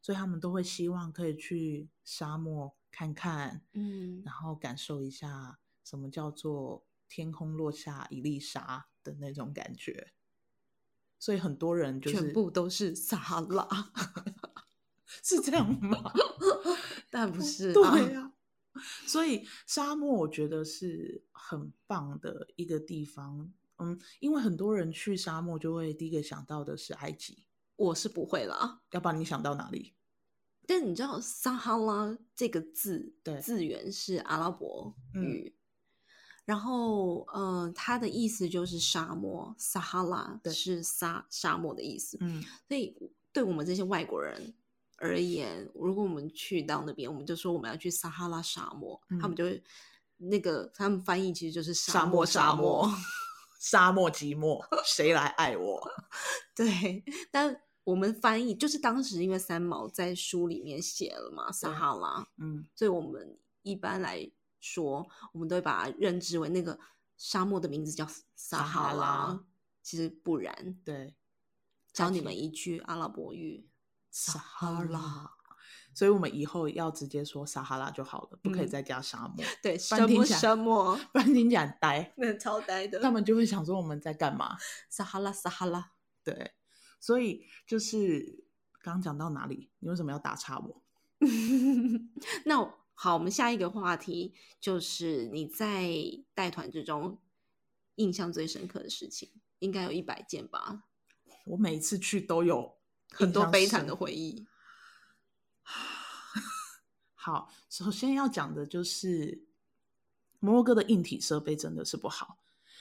Speaker 1: 所以他们都会希望可以去沙漠看看，
Speaker 2: 嗯
Speaker 1: 然后感受一下什么叫做天空落下一粒沙的那种感觉。所以很多人就是
Speaker 2: 全部都是撒哈 拉，
Speaker 1: 是这 样吗？
Speaker 2: 但不是啊，
Speaker 1: 对呀、所以沙漠我觉得是很棒的一个地方。嗯，因为很多人去沙漠就会第一个想到的是埃及，
Speaker 2: 我是不会啦。
Speaker 1: 要不然你想到哪里？
Speaker 2: 但你知道“撒哈拉”这个字，
Speaker 1: 对
Speaker 2: 字源是阿拉伯
Speaker 1: 嗯
Speaker 2: 语，然后呃，它的意思就是沙漠，撒哈拉
Speaker 1: 对
Speaker 2: 是沙沙漠的意思。
Speaker 1: 嗯，
Speaker 2: 所以对我们这些外国人而言，如果我们去到那边，我们就说我们要去撒哈拉沙漠，他
Speaker 1: 嗯
Speaker 2: 们就会那个他们翻译其实就是
Speaker 1: 沙
Speaker 2: 漠
Speaker 1: 漠，
Speaker 2: 沙
Speaker 1: 沙漠，沙漠寂寞，谁来爱我？
Speaker 2: 对，但。我们翻译就是当时因为三毛在书里面写了嘛，撒
Speaker 1: 对
Speaker 2: 哈拉，
Speaker 1: 嗯，
Speaker 2: 所以我们一般来说，我们都会把它认知为那个沙漠的名字叫撒
Speaker 1: 撒哈
Speaker 2: 哈
Speaker 1: 拉
Speaker 2: 拉，其实不然。
Speaker 1: 对，
Speaker 2: 教你们一句阿拉伯语：撒哈拉。
Speaker 1: 所以我们以后要直接说撒哈拉就好了，不可以
Speaker 2: 嗯
Speaker 1: 再加沙漠， 不然
Speaker 2: 对，什
Speaker 1: 听
Speaker 2: 么
Speaker 1: 起来
Speaker 2: 什 么，
Speaker 1: 不然听起来很呆，
Speaker 2: 那超呆的。
Speaker 1: 他们就会想说我们在干嘛。
Speaker 2: 撒哈拉，撒 哈拉。
Speaker 1: 对，所以就是刚刚讲到哪里？你为什么要打岔我？
Speaker 2: 那我好，我们下一个话题就是你在带团之中印象最深刻的事情，应该有一百件吧，
Speaker 1: 我每一次去都有
Speaker 2: 很多
Speaker 1: 印象
Speaker 2: 悲惨
Speaker 1: 深
Speaker 2: 的回忆。
Speaker 1: 好，首先要讲的就是摩洛哥的硬体设备真的是不好。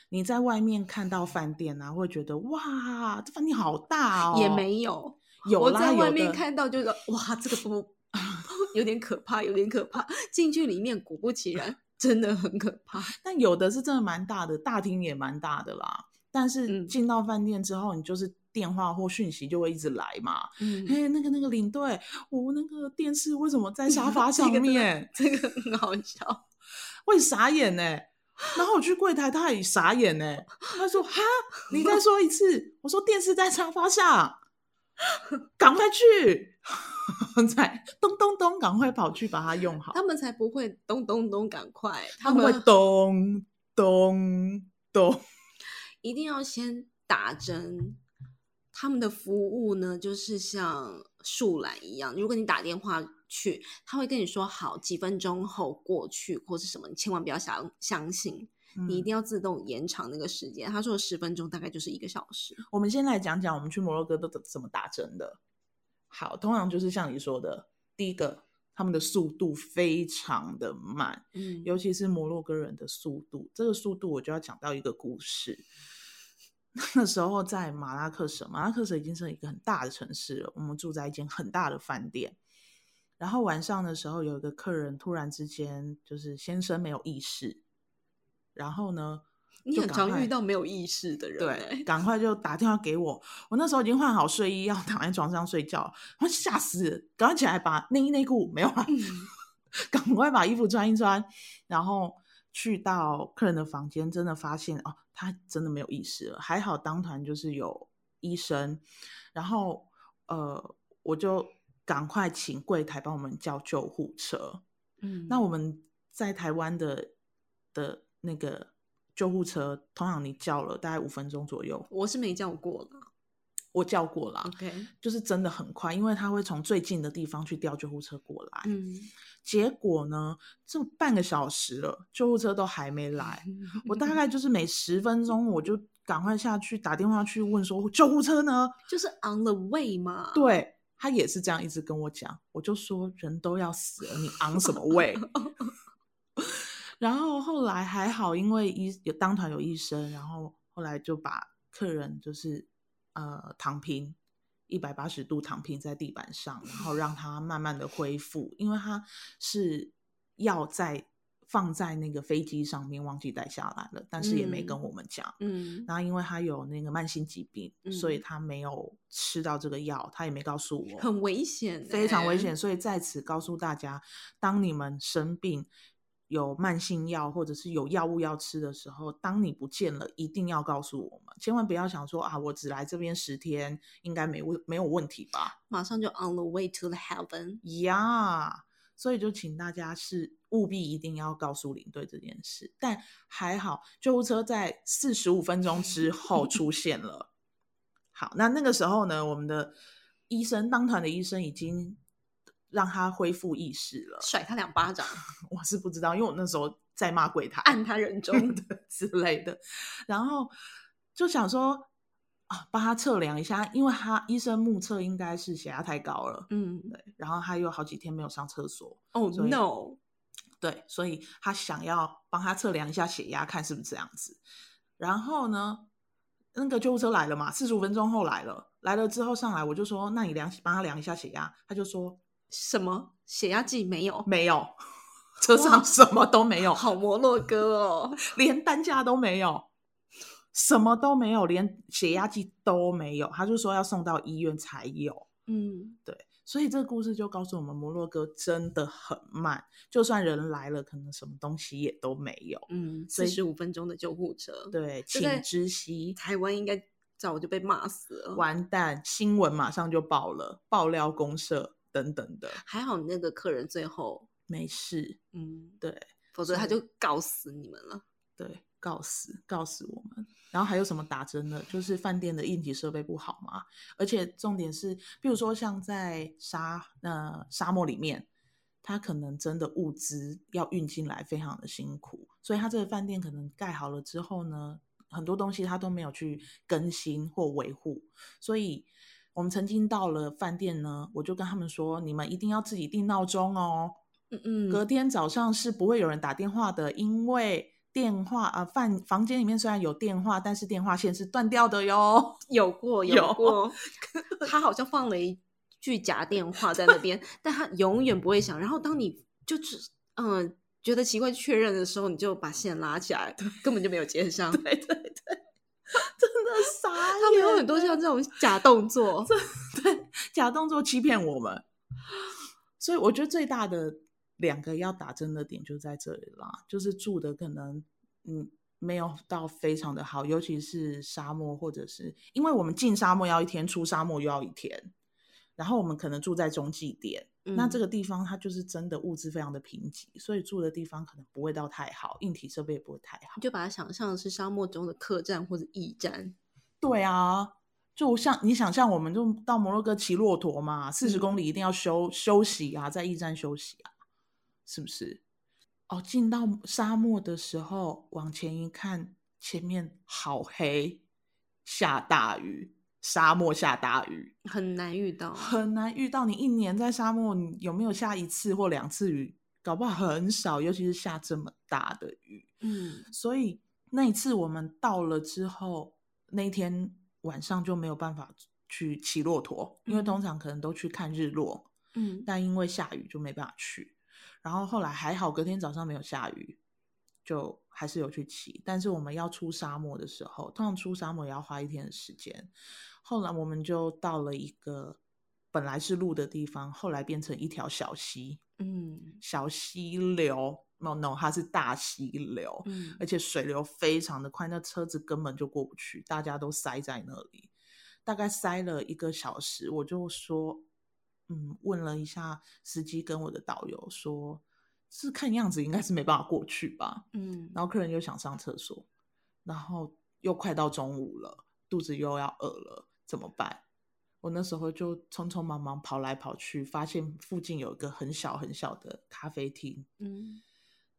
Speaker 1: 你在外面看到饭店啊，会觉得哇，这饭店好大哦。
Speaker 2: 也没有，
Speaker 1: 有
Speaker 2: 我
Speaker 1: 啦，
Speaker 2: 在
Speaker 1: 有
Speaker 2: 外面
Speaker 1: 的
Speaker 2: 看到就是哇，这个 不有点可怕，有点可怕。进去里面，果不其然，真的很可怕。
Speaker 1: 但有的是真的蛮大的，大厅也蛮大的啦。但是
Speaker 2: 嗯
Speaker 1: 进到饭店之后，你就是电话或讯息就会一直来嘛。
Speaker 2: 嗯，
Speaker 1: 嘿、那个那个领队，我那个电视为什么在 沙发
Speaker 2: 这
Speaker 1: 上
Speaker 2: 个真的
Speaker 1: 面？
Speaker 2: 这个很好笑。
Speaker 1: 我也傻眼呢、然后我去柜台，他也傻眼呢、他说：“哈，你再说一次。”我说：“电视在沙发上，赶快去， 在咚咚咚，赶快跑去把它用好。
Speaker 2: 他们才不会咚咚咚，赶快，
Speaker 1: 他
Speaker 2: 他
Speaker 1: 们会
Speaker 2: 们
Speaker 1: 咚咚咚，
Speaker 2: 一定要先打针。他们的服务呢，就是像树懒一样，如果你打电话去，他会跟你说好几分钟后过去或是什么，你千万不要相相信。你一
Speaker 1: 嗯
Speaker 2: 定要自动延长那个时间。他说十分钟大概就是一个小时，
Speaker 1: 我们先来讲讲我们去摩洛哥都怎怎么打针的。好，通常就是像你说的，第一个，他们的速度非常的慢，
Speaker 2: 嗯
Speaker 1: 尤其是摩洛哥人的速度。这个速度我就要讲到一个故事。 那时候在马拉克什，马拉克什已经是一个很大的城市了，我们住在一间很大的饭店。然后晚上的时候，有一个客人突然之间就是先生没有意识，然后呢，
Speaker 2: 你
Speaker 1: 就
Speaker 2: 很
Speaker 1: 赶
Speaker 2: 常
Speaker 1: 快
Speaker 2: 遇到没有意识的人、欸
Speaker 1: 对，， 赶快就打电话给我。我那时候已经换好睡衣，要躺在床上睡觉，我吓死了，赶快起来把内衣内裤没有啊，
Speaker 2: 嗯
Speaker 1: 赶快把衣服穿一穿，然后去到客人的房间，真的发现哦，他真的没有意识了。还好当团就是有医生，然后呃，我就赶快请柜台帮我们叫救护车。
Speaker 2: 嗯
Speaker 1: 那我们在台湾的的那个救护车，通常你叫了大概五分钟左右，
Speaker 2: 我是没叫过了。
Speaker 1: 我叫过啦，
Speaker 2: OK，
Speaker 1: 就是真的很快，因为他会从最近的地方去调救护车过来。
Speaker 2: 嗯，
Speaker 1: 结果呢，这半个小时了，救护车都还没来，
Speaker 2: 嗯
Speaker 1: 我大概就是每十分钟我就赶快下去打电话去问说救护车呢？
Speaker 2: 就是 on the way 嘛。，
Speaker 1: 对。他也是这样一直跟我讲，我就说人都要死了，你昂什么位？ 然后后来还好，因为医有当团有医生，然后后来就把客人就是呃躺平，一百八十度躺平在地板上，然后让他慢慢的恢复，因为他是要在放在那个飞机上面忘记带下来了，但是也没跟
Speaker 2: 嗯
Speaker 1: 我们讲。
Speaker 2: 嗯
Speaker 1: 然后因为他有那个慢性疾病，所以他没有吃到这个药，他也没告诉我，
Speaker 2: 很危险、欸
Speaker 1: 非常危险。。所以在此告诉大家，当你们生病有慢性药或者是有药物要吃的时候，当你不见了，一定要告诉我们，千万不要想说啊，我只来这边十天，应该没问没有问题吧？
Speaker 2: 马上就 on the way to the heaven。
Speaker 1: 呀、所以就请大家是务必一定要告诉领队这件事。但还好，救护车在四十五分钟之后出现了。好，那那个时候呢，我们的医生当团的医生已经让他恢复意识了。
Speaker 2: 甩他两巴掌，
Speaker 1: 我是不知道，因为我那时候在骂柜台，
Speaker 2: 按他人 中。
Speaker 1: 的之类的，然后就想说啊，帮他测量一下，因为他医生目测应该是血压太高了。
Speaker 2: 嗯
Speaker 1: 对，然后他有好几天没有上厕所，
Speaker 2: ，Oh
Speaker 1: 所以
Speaker 2: no，
Speaker 1: 对，所以他想要帮他测量一下血压，看是不是这样子。然后呢，那个救护车来了嘛，四十五分钟后来了，来了之后上来我就说，那你量帮他量一下血压，他就说
Speaker 2: 什么血压计没有？
Speaker 1: 没有，车
Speaker 2: 哇
Speaker 1: 上什么都没有，
Speaker 2: 好摩洛哥 哦，
Speaker 1: 连担架都没有，什么都没有，连血压计都没有，他就说要送到医院才有。
Speaker 2: 嗯，
Speaker 1: 所以这个故事就告诉我们，摩洛哥真的很慢，就算人来了，可能什么东西也都没有。
Speaker 2: 嗯，
Speaker 1: 所
Speaker 2: 四
Speaker 1: 以
Speaker 2: 十五分钟的救护车，
Speaker 1: 对，
Speaker 2: 这在
Speaker 1: 请知悉，
Speaker 2: 台湾应该这样我就被骂死了。
Speaker 1: 完蛋，新闻马上就爆了，爆料公社等等的，
Speaker 2: 还好你那个客人最后，
Speaker 1: 没事，
Speaker 2: 嗯，
Speaker 1: 对
Speaker 2: 否则他
Speaker 1: 所
Speaker 2: 就告死你们了。
Speaker 1: 对，告死告死我们。然后还有什么打针的？就是饭店的硬体设备不好嘛，而且重点是，比如说像在沙呃沙漠里面。它可能真的物资要运进来非常的辛苦，所以它这个饭店可能盖好了之后呢，很多东西它都没有去更新或维护，所以我们曾经到了饭店呢，我就跟他们说，你们一定要自己定闹钟哦，
Speaker 2: 嗯嗯，
Speaker 1: 隔天早上是不会有人打电话的，因为电话啊饭房间里面虽然有电话，但是电话线是断掉的哟。
Speaker 2: 有过
Speaker 1: 有
Speaker 2: 过， 他好像放了一句假电话在那边，但他永远不会响。然后当你就是嗯、呃觉得奇怪确认的时候，你就把线拉起来，根本就没有接上。
Speaker 1: 对对对， 真的傻眼，
Speaker 2: 他们有很多像这种假动作，
Speaker 1: 对假动作欺骗我们，所以我觉得最大的两个要打针的点就在这里啦，就是住的可能嗯没有到非常的好，尤其是沙漠或者是因为我们进沙漠要一天，出沙漠又要一天，然后我们可能住在中继点。那这
Speaker 2: 个
Speaker 1: 个地方它就是真的物资非常的贫瘠，所以住的地方可能不会到太好，硬体设备也不会太好
Speaker 2: 你。就把它想象是沙漠中的客栈或者驿站。
Speaker 1: 对啊，就像你想象，我们就到摩洛哥骑骆驼嘛，四十
Speaker 2: 嗯
Speaker 1: 公里一定要休休息啊，在驿站休息啊，是不是？哦，进到沙漠的时候，往前一看，前面好黑，下大雨，沙漠下大雨，
Speaker 2: 很难遇到，
Speaker 1: 很难遇到。你一年在沙漠，你有没有下一次或两次雨？搞不好很少，尤其是下这么大的雨。
Speaker 2: 嗯，
Speaker 1: 所以那一次我们到了之后，那一天晚上就没有办法去骑骆驼，因为
Speaker 2: 嗯
Speaker 1: 通常可能都去看日落，
Speaker 2: 嗯，
Speaker 1: 但因为下雨就没办法去。然后后来还好，隔天早上没有下雨，就还是有去骑。但是我们要出沙漠的时候，通常出沙漠也要花一天的时间。后来我们就到了一个本来是路的地方，后来变成一条小溪，
Speaker 2: 嗯
Speaker 1: 小溪流，no no，它是大溪流，
Speaker 2: 嗯
Speaker 1: 而且水流非常的快，那车子根本就过不去，大家都塞在那里，大概塞了一个小时，我就说，嗯，问了一下司机跟我的导游说，是看样子应该是没办法过去吧，
Speaker 2: 嗯，
Speaker 1: 然后客人又想上厕所，然后又快到中午了，肚子又要饿了，怎么办？我那时候就匆匆忙忙跑来跑去，发现附近有一个很小很小的咖啡厅，
Speaker 2: 嗯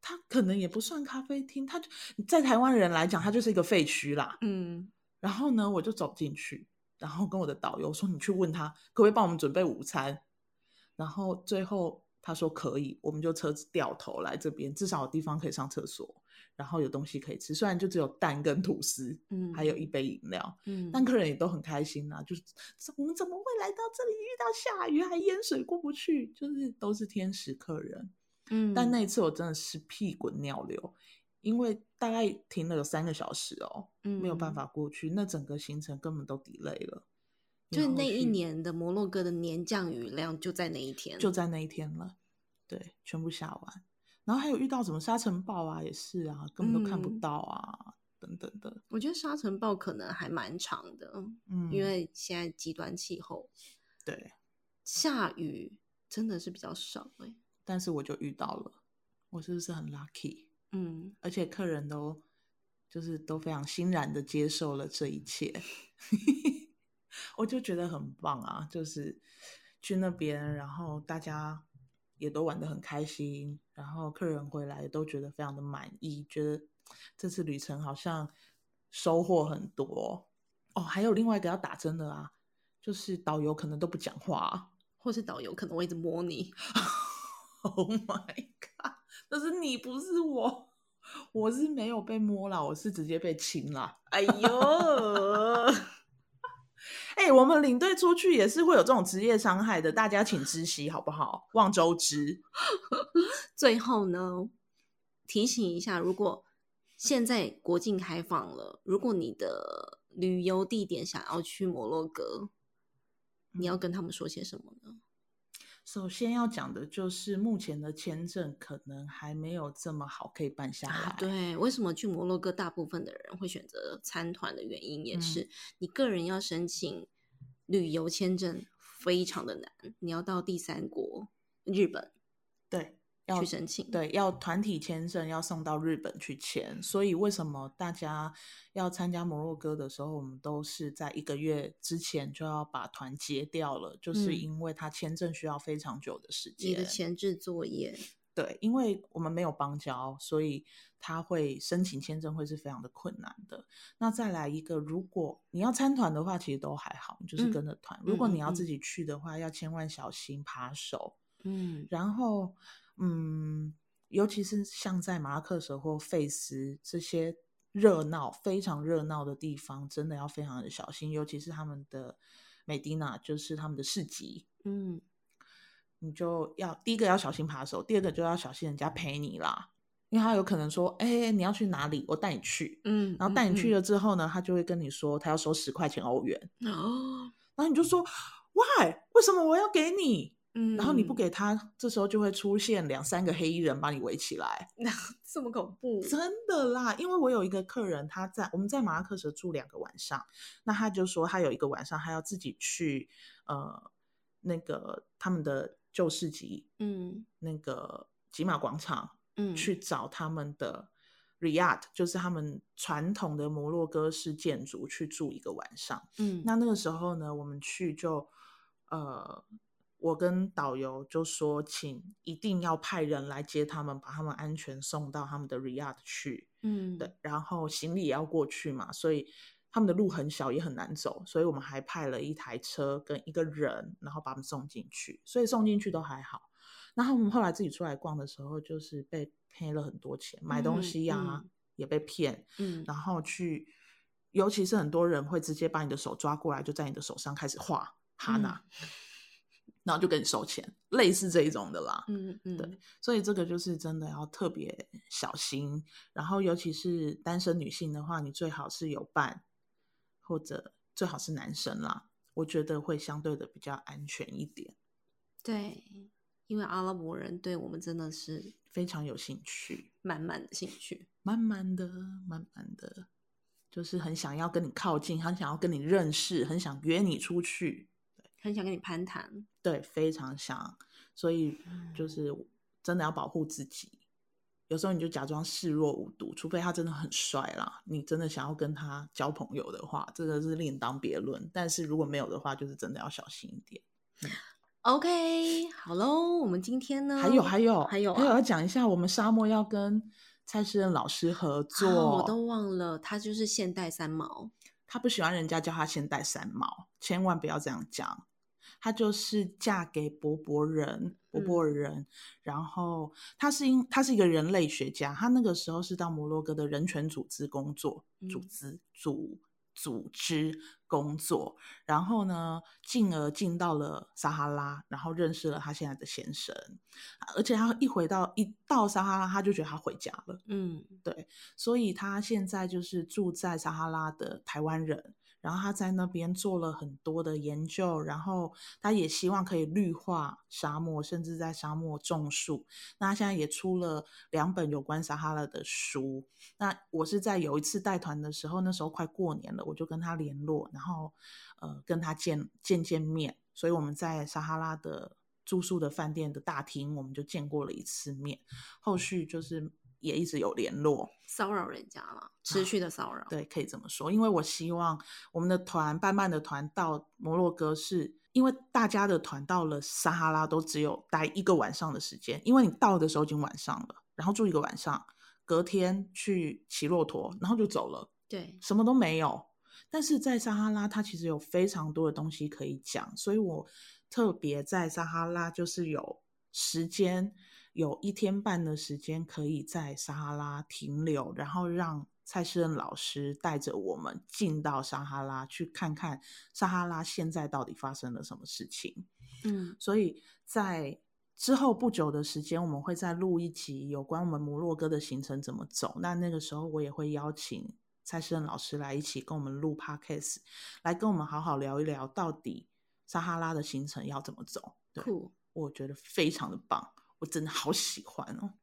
Speaker 1: 它可能也不算咖啡厅，它就在台湾人来讲，它就是一个废墟啦。
Speaker 2: 嗯
Speaker 1: 然后呢，我就走进去，然后跟我的导游说：“你去问他，可不可以帮我们准备午餐？”然后最后他说可以，我们就车子掉头来这边，至少有地方可以上厕所，然后有东西可以吃。虽然就只有蛋跟吐司，
Speaker 2: 嗯，
Speaker 1: 还有一杯饮料，
Speaker 2: 嗯，
Speaker 1: 但客人也都很开心啊，就是怎我们怎么会来到这里遇到下雨还淹水过不去，就是都是天使客人。
Speaker 2: 嗯，
Speaker 1: 但那一次我真的是屁滚尿流，因为大概停了有三个小时哦，没有办
Speaker 2: 嗯
Speaker 1: 法过去，那整个行程根本都 delay 了。
Speaker 2: 就
Speaker 1: 然后
Speaker 2: 那一
Speaker 1: 去
Speaker 2: 年的摩洛哥的年降雨量就在那一天，
Speaker 1: 就在那一天了，对，全部下完。然后还有遇到什么沙尘暴啊，也是啊，根本都看不
Speaker 2: 嗯
Speaker 1: 到啊，等等的。
Speaker 2: 我觉得沙尘暴可能还蛮长的，
Speaker 1: 嗯，
Speaker 2: 因为现在极端气候，
Speaker 1: 对，
Speaker 2: 下雨真的是比较少哎、
Speaker 1: 但是我就遇到了，我是不是很 lucky？
Speaker 2: 嗯，
Speaker 1: 而且客人都就是都非常欣然的接受了这一切， 我就觉得很棒啊！就是去那边，然后大家也都玩得很开心，然后客人回来都觉得非常的满意，觉得这次旅程好像收获很多哦。还有另外一个要打针的啊，就是导游可能都不讲话、啊。
Speaker 2: 或是导游可能会一直摸你，
Speaker 1: Oh my god！那是你，不是我。我是没有被摸啦，我是直接被亲啦。
Speaker 2: 哎呦，
Speaker 1: 哎、我们领队出去也是会有这种职业伤害的，大家请知悉好不好？望周知。
Speaker 2: 最后呢，提醒一下，如果现在国境开放了，如果你的旅游
Speaker 1: 嗯
Speaker 2: 地点想要去摩洛哥，你要跟他们说些什么呢？
Speaker 1: 首先要讲的就是目前的签证可能还没有这么好可以办下来。
Speaker 2: 啊，对，为什么去摩洛哥大部分的人会选择参团的原因，
Speaker 1: 嗯
Speaker 2: 也是、你个人要申请旅游签证非常的难，你要到第三国日本
Speaker 1: 对，要
Speaker 2: 去申请。，
Speaker 1: 对要团体签证要送到日本去签，所以为什么大家要参加摩洛哥的时候，我们都是在一个月之前就要把团结掉了，就是
Speaker 2: 嗯
Speaker 1: 因为它签证需要非常久的时
Speaker 2: 你
Speaker 1: 间。
Speaker 2: 的前置作业，
Speaker 1: 对，因为我们没有邦交，所以他会申请签证会是非常的困难的。那再来一个，如果你要参团的话，其实都还好，你就是
Speaker 2: 嗯
Speaker 1: 跟着团。
Speaker 2: 嗯
Speaker 1: 如果
Speaker 2: 嗯
Speaker 1: 你要自
Speaker 2: 嗯
Speaker 1: 己去的话，要千万小心扒手。
Speaker 2: 嗯，
Speaker 1: 然后，嗯，尤其是像在马拉喀什或费斯这些热闹、非常热闹的地方，真的要非常的小心，尤其是他们的美迪娜，就是他们的市集。
Speaker 2: 嗯，
Speaker 1: 你就要第一个要小心扒手，第二个就要小心人家陪你啦，因为他有可能说，哎、你要去哪里，我带你去。
Speaker 2: 嗯，
Speaker 1: 然后带你去
Speaker 2: 了，
Speaker 1: 了之后呢，他就会跟你说他要收十块钱欧元，
Speaker 2: 嗯哦，
Speaker 1: 然后你就说 why 为什么我要给你？
Speaker 2: 嗯，
Speaker 1: 然后你不，给他，这时候就会出现两三个黑衣人把你围起来，
Speaker 2: 这么恐怖，
Speaker 1: 真的啦。因为我有一个客人，他在我们在马拉喀什住两个晚上，那他就说他有一个晚上他要自己去呃那个他们的旧市集
Speaker 2: 嗯
Speaker 1: 那个吉马广场
Speaker 2: 嗯，
Speaker 1: 去找他们的 Riyadh，就是他们传统的摩洛哥式建筑去住一个晚上。
Speaker 2: 嗯，
Speaker 1: 那那个时候呢，我们去就呃，我跟导游就说，请一定要派人来接他们，把他们安全送到他们的 Riyadh 去。
Speaker 2: 嗯
Speaker 1: 对，然后行李也要过去嘛，所以他们的路很小，也很难走，所以我们还派了一台车跟一个人，然后把他们送进去，所以送进去都还好。那他们后来自己出来逛的时候，就是被骗了很多钱，买东
Speaker 2: 嗯
Speaker 1: 西呀、
Speaker 2: 嗯
Speaker 1: 也被骗，
Speaker 2: 嗯，
Speaker 1: 然后去，尤其是很多人会直接把你的手抓过来，就在你的手上开始画哈娜，然后就跟你收钱，类似这一种的啦。
Speaker 2: 嗯嗯，
Speaker 1: 对，所以这个就是真的要特别小心。然后，尤其是单身女性的话，你最好是有伴，或者最好是男生啦。我觉得会相对的比较安全一点，
Speaker 2: 对，因为阿拉伯人对我们真的是
Speaker 1: 非常有兴趣，
Speaker 2: 满满的兴趣，
Speaker 1: 慢慢的、慢慢的，就是很想要跟你靠近，很想要跟你认识，很想约你出去，
Speaker 2: 很想跟你攀谈。
Speaker 1: 对，非常想。所以
Speaker 2: 嗯
Speaker 1: 就是真的要保护自己。有时候你就假装视若无睹，除非他真的很帅啦，你真的想要跟他交朋友的话，这个是另当别论。但是如果没有的话，就是真的要小心一点。
Speaker 2: OK，好喽，我们今天呢，
Speaker 1: 还有还有
Speaker 2: 还有
Speaker 1: 还有
Speaker 2: 啊
Speaker 1: 要讲一下，我们沙漠要跟蔡诗任老师合作，
Speaker 2: 啊我都忘了，他就是现代三毛，
Speaker 1: 他不喜欢人家叫他先戴三毛，千万不要这样讲。她就是嫁给博博人，博博尔人，然后他是因他是一个人类学家，他那个时候是到摩洛哥的人权组织工作，组
Speaker 2: 嗯
Speaker 1: 织组组织工作，然后呢，进而进到了撒哈拉，然后认识了他现在的先生，啊而且他一回到一到撒哈拉，他就觉得他回家了。
Speaker 2: 嗯
Speaker 1: 所以他现在就是住在撒哈拉的台湾人，然后他在那边做了很多的研究，然后他也希望可以绿化沙漠，甚至在沙漠种树。那他现在也出了两本有关撒哈拉的书。那我是在有一次带团的时候，那时候快过年了，我就跟他联络，然后呃跟他见见见面，所以我们在撒哈拉的。住宿的饭店的大厅，我们就见过了一次面，后续就是也一直有联络。
Speaker 2: 骚扰人家了，持续的骚扰，，
Speaker 1: 啊对，可以这么说，因为我希望我们的团慢慢的团到摩洛哥是。因为大家的团到了撒哈拉都只有待一个晚上的时间，因为你到的时候已经晚上了，然后住一个晚上，隔天去骑骆驼，然后就走了，
Speaker 2: 对，
Speaker 1: 什么都没有。但是在撒哈拉，它其实有非常多的东西可以讲，所以我特别在撒哈拉就是有时间，有一天半的时间可以在撒哈拉停留，然后让蔡诗任老师带着我们进到撒哈拉去看看撒哈拉现在到底发生了什么事情。
Speaker 2: 嗯
Speaker 1: 所以在之后不久的时间，我们会再录一集有关我们摩洛哥的行程怎么走。那那个时候，我也会邀请蔡诗任老师来一起跟我们录 podcast，来跟我们好好聊一聊到底撒哈拉的行程要怎么走。对，
Speaker 2: 酷，
Speaker 1: 我觉得非常的棒，我真的好喜欢哦。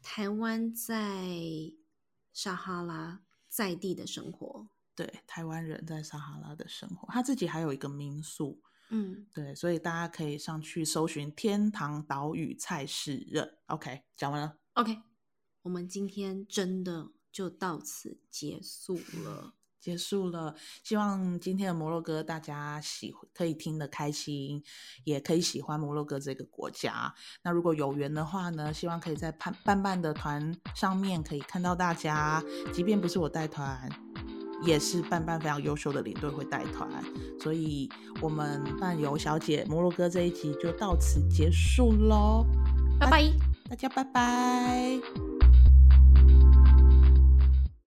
Speaker 2: 台湾在撒哈拉在地的生活，
Speaker 1: 对，台湾人在撒哈拉的生活，他自己还有一个民宿，
Speaker 2: 嗯，
Speaker 1: 对，所以大家可以上去搜寻“天堂岛屿菜市人”。OK，讲完了，
Speaker 2: OK，我们今天真的就到此结束了。
Speaker 1: 结束了。希望今天的摩洛哥大家喜可以听得开心，也可以喜欢摩洛哥这个国家。那如果有缘的话呢，希望可以在伴伴伴的团上面可以看到大家，即便不是我带团。也是伴伴非常优秀的领队会带团，所以我们伴游小姐摩洛哥这一集就到此结束喽，
Speaker 2: 拜拜。
Speaker 1: 大家拜拜。